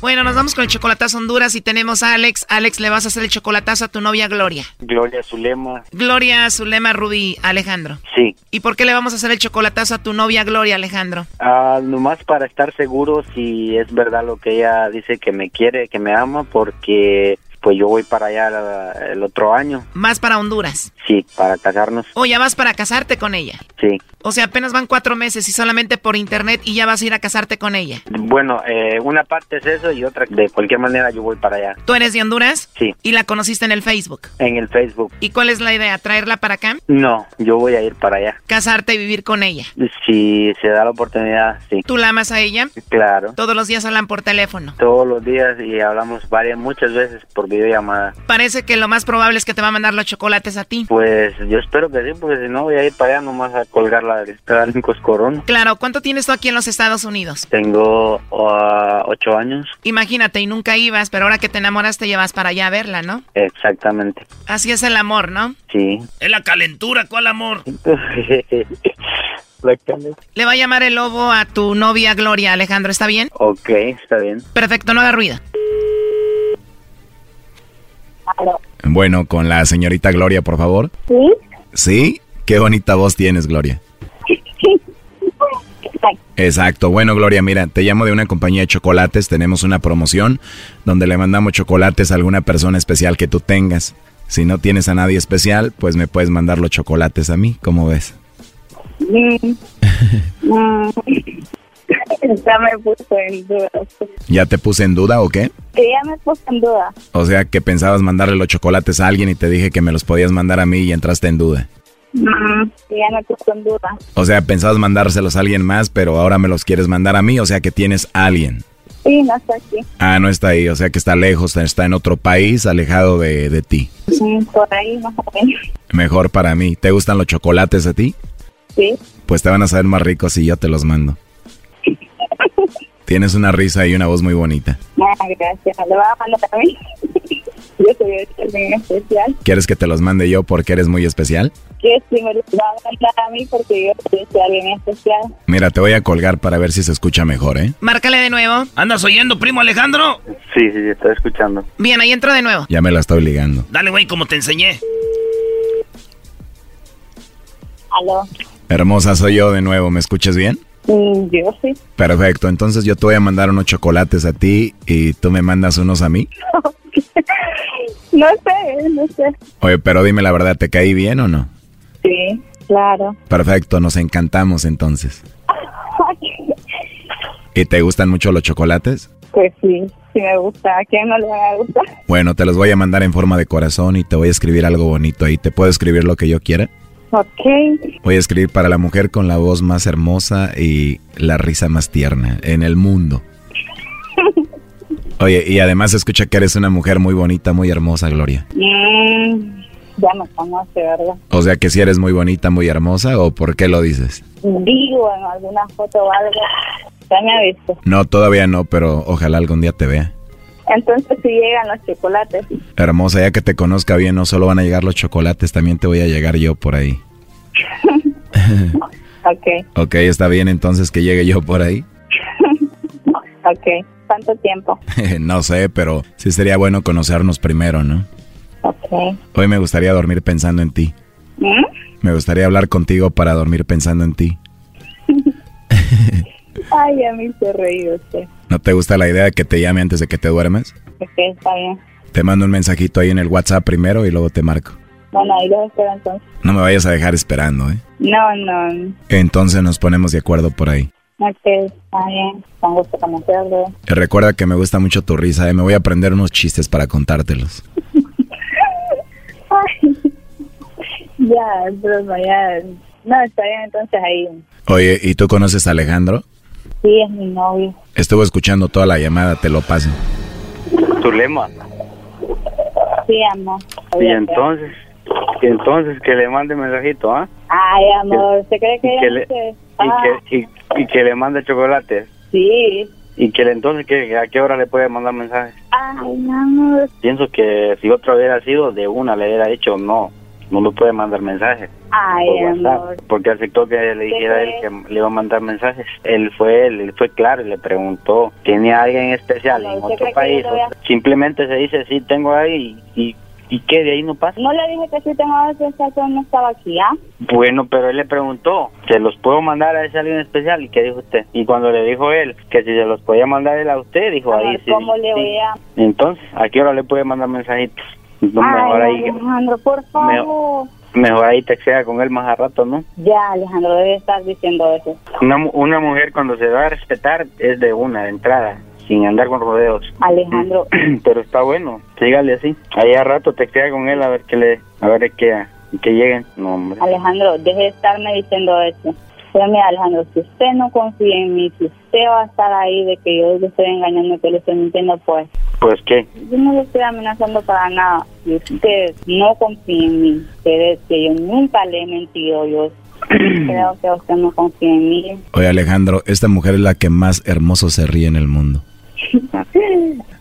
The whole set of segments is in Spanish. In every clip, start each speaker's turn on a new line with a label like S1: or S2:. S1: Bueno, nos vamos con el chocolatazo a Honduras y tenemos a Alex. Alex, le vas a hacer el chocolatazo a tu novia Gloria.
S2: Gloria Zulema,
S1: Gloria, Zulema, Rubí, Alejandro.
S2: sí.
S1: ¿Y por qué le vamos a hacer el chocolatazo a tu novia Gloria, Alejandro?
S2: Ah, nomás para estar seguro si es verdad lo que ella dice que me quiere, que me ama, porque pues yo voy para allá la- el otro año,
S1: Más para Honduras.
S2: sí, para casarnos,
S1: O ya vas para casarte con ella.
S2: sí.
S1: O sea, apenas van cuatro meses y solamente por internet y ya vas a ir a casarte con ella.
S2: Bueno, eh, una parte es eso y otra, de cualquier manera yo voy para allá,
S1: ¿Tú eres de Honduras?
S2: Sí.
S1: Y la conociste en el Facebook.
S2: en el Facebook.
S1: ¿Y cuál es la idea? ¿Traerla para acá?
S2: No, yo voy a ir para allá.
S1: ¿Casarte y vivir con ella?
S2: Si se da la oportunidad, sí,
S1: ¿Tú la amas a ella?
S2: claro.
S1: Todos los días hablan por teléfono.
S2: Todos los días y hablamos varias, muchas veces por videollamada.
S1: Parece que lo más probable es que te va a mandar los chocolates a ti.
S2: Pues yo espero que sí, porque si no voy a ir para allá nomás a colgar la espada en coscorón.
S1: Claro, ¿cuánto tienes tú aquí en los Estados Unidos?
S2: Tengo ah, ocho años,
S1: Imagínate, y nunca ibas, pero ahora que te enamoras te llevas para allá a verla, ¿no?
S2: exactamente,
S1: Así es el amor, ¿no?
S2: sí. pues,
S3: Es la calentura, ¿cuál amor?
S1: Le va a llamar el lobo a tu novia Gloria, Alejandro, ¿está bien?
S2: ok, está bien.
S1: Perfecto, no haga ruido.
S3: Bueno, con la señorita Gloria, por favor.
S4: Sí,
S3: Sí, qué bonita voz tienes, Gloria. Exacto. Bueno, Gloria, mira, te llamo de una compañía de chocolates. Tenemos una promoción donde le mandamos chocolates a alguna persona especial que tú tengas. Si no tienes a nadie especial, pues me puedes mandar los chocolates a mí. ¿Cómo ves?
S4: bien. Mm. ya me puso en duda.
S3: ¿Ya te puse en duda o qué?
S4: Que ya me puso en duda.
S3: O sea, que pensabas mandarle los chocolates a alguien y te dije que me los podías mandar a mí y entraste en duda.
S4: Mm, que ya me puso en duda.
S3: O sea, pensabas mandárselos a alguien más, pero ahora me los quieres mandar a mí, o sea que tienes a alguien.
S4: Sí, no está aquí.
S3: Ah, no está ahí, o sea que está lejos, está en otro país, alejado de, de ti.
S4: Mm, por ahí más o menos.
S3: Mejor para mí. ¿Te gustan los chocolates a ti?
S4: Sí.
S3: Pues te van a saber más ricos si yo te los mando. Tienes una risa y una voz muy bonita.
S4: Ah, gracias. Le va a mandar a mí. Yo soy alguien especial.
S3: ¿Quieres que te los mande yo porque eres muy especial?
S4: Que sí me lo va a mandar a mí porque yo soy alguien especial.
S3: Mira, te voy a colgar para ver si se escucha mejor, ¿eh?
S1: Márcale de nuevo.
S3: ¿Andas oyendo, primo Alejandro?
S2: Sí, sí, sí, estoy escuchando.
S1: Bien, ahí entro de nuevo.
S3: Ya me la estoy ligando. Dale, güey, como te enseñé.
S4: Aló.
S3: Hermosa, soy yo de nuevo, ¿me escuchas bien?
S4: Mm, yo sí.
S3: Perfecto, entonces yo te voy a mandar unos chocolates a ti y tú me mandas unos a mí.
S4: No sé, no sé.
S3: Oye, pero dime la verdad, ¿te caí bien o no?
S4: Sí, claro.
S3: Perfecto, nos encantamos entonces. ¿Y te gustan mucho los chocolates?
S4: Pues sí, sí me gusta. ¿A quién no le va a gustar?
S3: Bueno, te los voy a mandar en forma de corazón y te voy a escribir algo bonito ahí. ¿Te puedo escribir lo que yo quiera?
S4: Ok.
S3: Voy a escribir para la mujer con la voz más hermosa y la risa más tierna en el mundo. Oye, y además escucha que eres una mujer muy bonita, muy hermosa, Gloria.
S4: Mm, ya me conoce, ¿verdad?
S3: O sea que si eres muy bonita, muy hermosa, ¿o por qué lo dices?
S4: Digo en alguna foto o algo. Ya me ha visto.
S3: No, todavía no, pero ojalá algún día te vea.
S4: Entonces, si llegan los chocolates,
S3: Hermosa, ya que te conozca bien, no solo van a llegar los chocolates, también te voy a llegar yo por ahí.
S4: ok,
S3: Ok, está bien entonces que llegue yo por ahí.
S4: ok. ¿Cuánto tiempo?
S3: no sé, pero sí sería bueno conocernos primero, ¿no?
S4: Ok.
S3: Hoy me gustaría dormir pensando en ti.
S4: ¿Mm?
S3: Me gustaría hablar contigo para dormir pensando en ti.
S4: Ay, ya me hizo reír usted.
S3: ¿No te gusta la idea de que te llame antes de que te duermas?
S4: Ok, está bien.
S3: Te mando un mensajito ahí en el WhatsApp primero y luego te marco.
S4: Bueno, ahí los espero entonces.
S3: No me vayas a dejar esperando, ¿eh?
S4: No, no.
S3: Entonces nos ponemos de acuerdo por ahí.
S4: Ok, está bien. Con gusto conocerlo.
S3: Eh, Recuerda que me gusta mucho tu risa, ¿eh? Me voy a aprender unos chistes para contártelos.
S4: Ay, ya, es broma, ya. No, está bien, entonces ahí.
S3: Oye, ¿y tú conoces a Alejandro?
S4: Sí, es mi novio.
S3: Estuvo escuchando toda la llamada, te lo paso.
S2: Tu lema.
S4: Sí, amor.
S2: Y entonces, y entonces que le mande mensajito, ¿ah?
S4: Ay, amor, ¿se cree que
S2: Y
S4: ella
S2: que
S4: no
S2: le,
S4: se-
S2: y
S4: Ah,
S2: que, y, y que le mande chocolates.
S4: Sí.
S2: Y que le, entonces, que, ¿a qué hora le puede mandar mensajes?
S4: Ay, mi amor.
S2: Pienso que si otro hubiera sido, de una le hubiera dicho, no, no le puede mandar mensajes.
S4: Ay,
S2: por
S4: amor.
S2: WhatsApp, porque aceptó que le dijera él que le iba a mandar mensajes. Él fue, él, él fue claro y le preguntó, ¿tiene a alguien especial
S4: No,
S2: en
S4: ¿usted
S2: otro
S4: cree que
S2: país?
S4: yo lo vea?
S2: Simplemente se dice, sí, tengo ahí y, y que de ahí no pasa.
S4: No le dije que sí tengo que estar cuando no estaba aquí, ¿ah?
S2: Bueno, pero él le preguntó, ¿se los puedo mandar a ese alguien especial? ¿Y qué dijo usted? Y cuando le dijo él que si se los podía mandar él a usted, dijo ahí
S4: Amor,
S2: sí.
S4: ¿Cómo le
S2: sí".
S4: voy a...?
S2: Entonces, ¿a qué hora le puede mandar mensajitos? No, mejor,
S4: Ay,
S2: ahí,
S4: Alejandro, por favor.
S2: mejor ahí te queda con él más a rato, ¿no?
S4: Ya, Alejandro, debe estar diciendo eso.
S2: Una, mu- una mujer cuando se va a respetar es de una, de entrada, sin andar con rodeos.
S4: Alejandro,
S2: Pero está bueno, sígale así. Ahí a rato te queda con él a ver qué le, a ver qué, que lleguen. No, hombre.
S4: Alejandro, deje de estarme diciendo eso. Pero mira, Alejandro, si usted no confía en mí, si usted va a estar ahí de que yo le estoy engañando, que le estoy mintiendo, pues
S2: Pues qué,
S4: yo no le estoy amenazando para nada. Si usted no confía en mí, que es que yo nunca le he mentido, yo creo que usted no confía en mí.
S3: Oye, Alejandro, esta mujer es la que más hermoso se ríe en el mundo.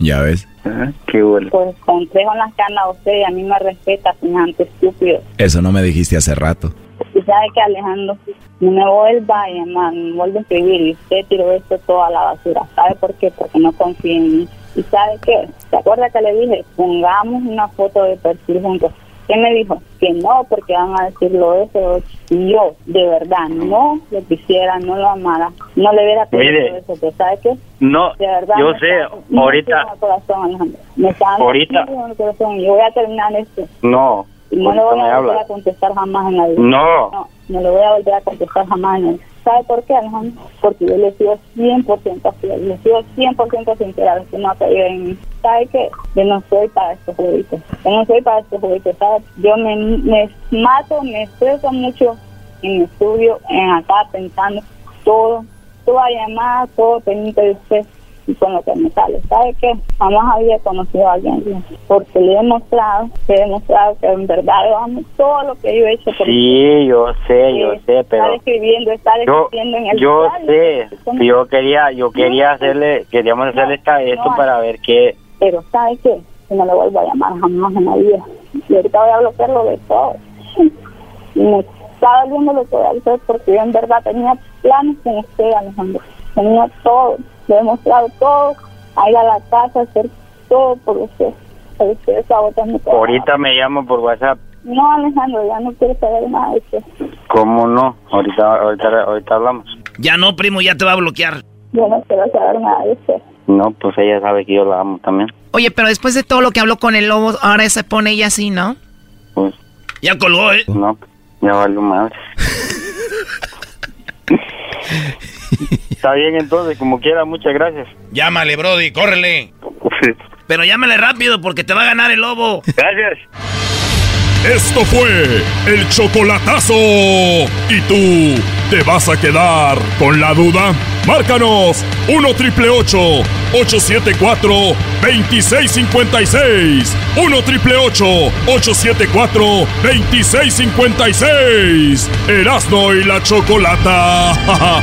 S3: ¿Ya ves?
S2: Ajá, qué bueno.
S4: Pues consejo en las canas a usted y a mí me respeta, semejante estúpido.
S3: Eso no me dijiste hace rato.
S4: Y sabe que Alejandro, no me vuelva a llamar, no me vuelva a escribir. Y usted tiró esto todo a la basura. ¿Sabe por qué? Porque no confía en mí. ¿Y sabe qué? ¿Se acuerda que le dije? Pongamos una foto de perfil juntos. ¿Qué me dijo? Que no, porque van a decirlo eso. Y yo, de verdad, no lo quisiera, no lo amara, no le hubiera pedido
S2: Mire.
S4: eso. ¿Pero sabe qué?
S2: No,
S4: De verdad.
S2: yo
S4: me
S2: sé,
S4: está- me
S2: ahorita,
S4: está en el corazón, Alejandro. Me está dando
S2: Ahorita.
S4: frío en el corazón. Yo voy a terminar esto.
S2: no,
S4: Y no le
S2: ahorita
S4: voy
S2: me
S4: a volver
S2: habla.
S4: a contestar jamás en la vida.
S2: No,
S4: No, no le voy a volver a contestar jamás. no. ¿Sabe por qué, Alejandro? Porque yo le sigo 100% fiel, le sigo 100% sincera, que no ha caído en mí. ¿Sabe qué? Yo no soy para estos jueguitos, yo no soy para estos jueguitos, ¿sabes? Yo me, me mato, me estreso mucho en mi estudio, en acá, pensando todo, toda llamada, todo pendiente de usted y con lo que me sale. ¿Sabe qué? Jamás había conocido a alguien bien, porque le he demostrado, le he demostrado que en verdad lo amo, todo lo que yo he hecho por usted
S2: sí, yo sé, yo sé,
S4: estar
S2: pero
S4: escribiendo, estar
S2: yo,
S4: escribiendo en el
S2: yo
S4: diario.
S2: sé,
S4: ¿Cómo?
S2: yo quería, yo quería hacerle, queríamos hacerle esta, esto
S4: pues, no,
S2: para ver qué,
S4: Pero ¿sabe qué? Que no le vuelvo a llamar jamás en la vida. Y ahorita voy a bloquearlo de todo. Y me está doliendo lo que voy a hacer porque yo en verdad tenía planes con usted, Alejandro. Tenía todo, le he mostrado todo, a ir a la casa, hacer todo por usted. Pero usted está botando todo.
S2: ahorita me llamo por WhatsApp.
S4: No, Alejandro, ya no quiero saber nada de usted.
S2: ¿Cómo no? Ahorita, ahorita, ahorita hablamos.
S1: Ya no, primo, ya te va a bloquear.
S4: Yo no quiero saber nada de usted.
S2: No, pues ella sabe que yo la amo también.
S1: Oye, pero después de todo lo que habló con el lobo, ahora se pone ella así, ¿no?
S2: Pues
S1: Ya colgó, ¿eh?
S2: no, ya valió madre. Está bien entonces, como quiera, muchas gracias.
S1: Llámale, Brody, córrele. Pero llámale rápido porque te va a ganar el lobo.
S2: Gracias.
S5: Esto fue el chocolatazo. ¿Y tú te vas a quedar con la duda? Márcanos 1 triple 874 2656. 1 triple 874 2656. Erasno y la chocolata.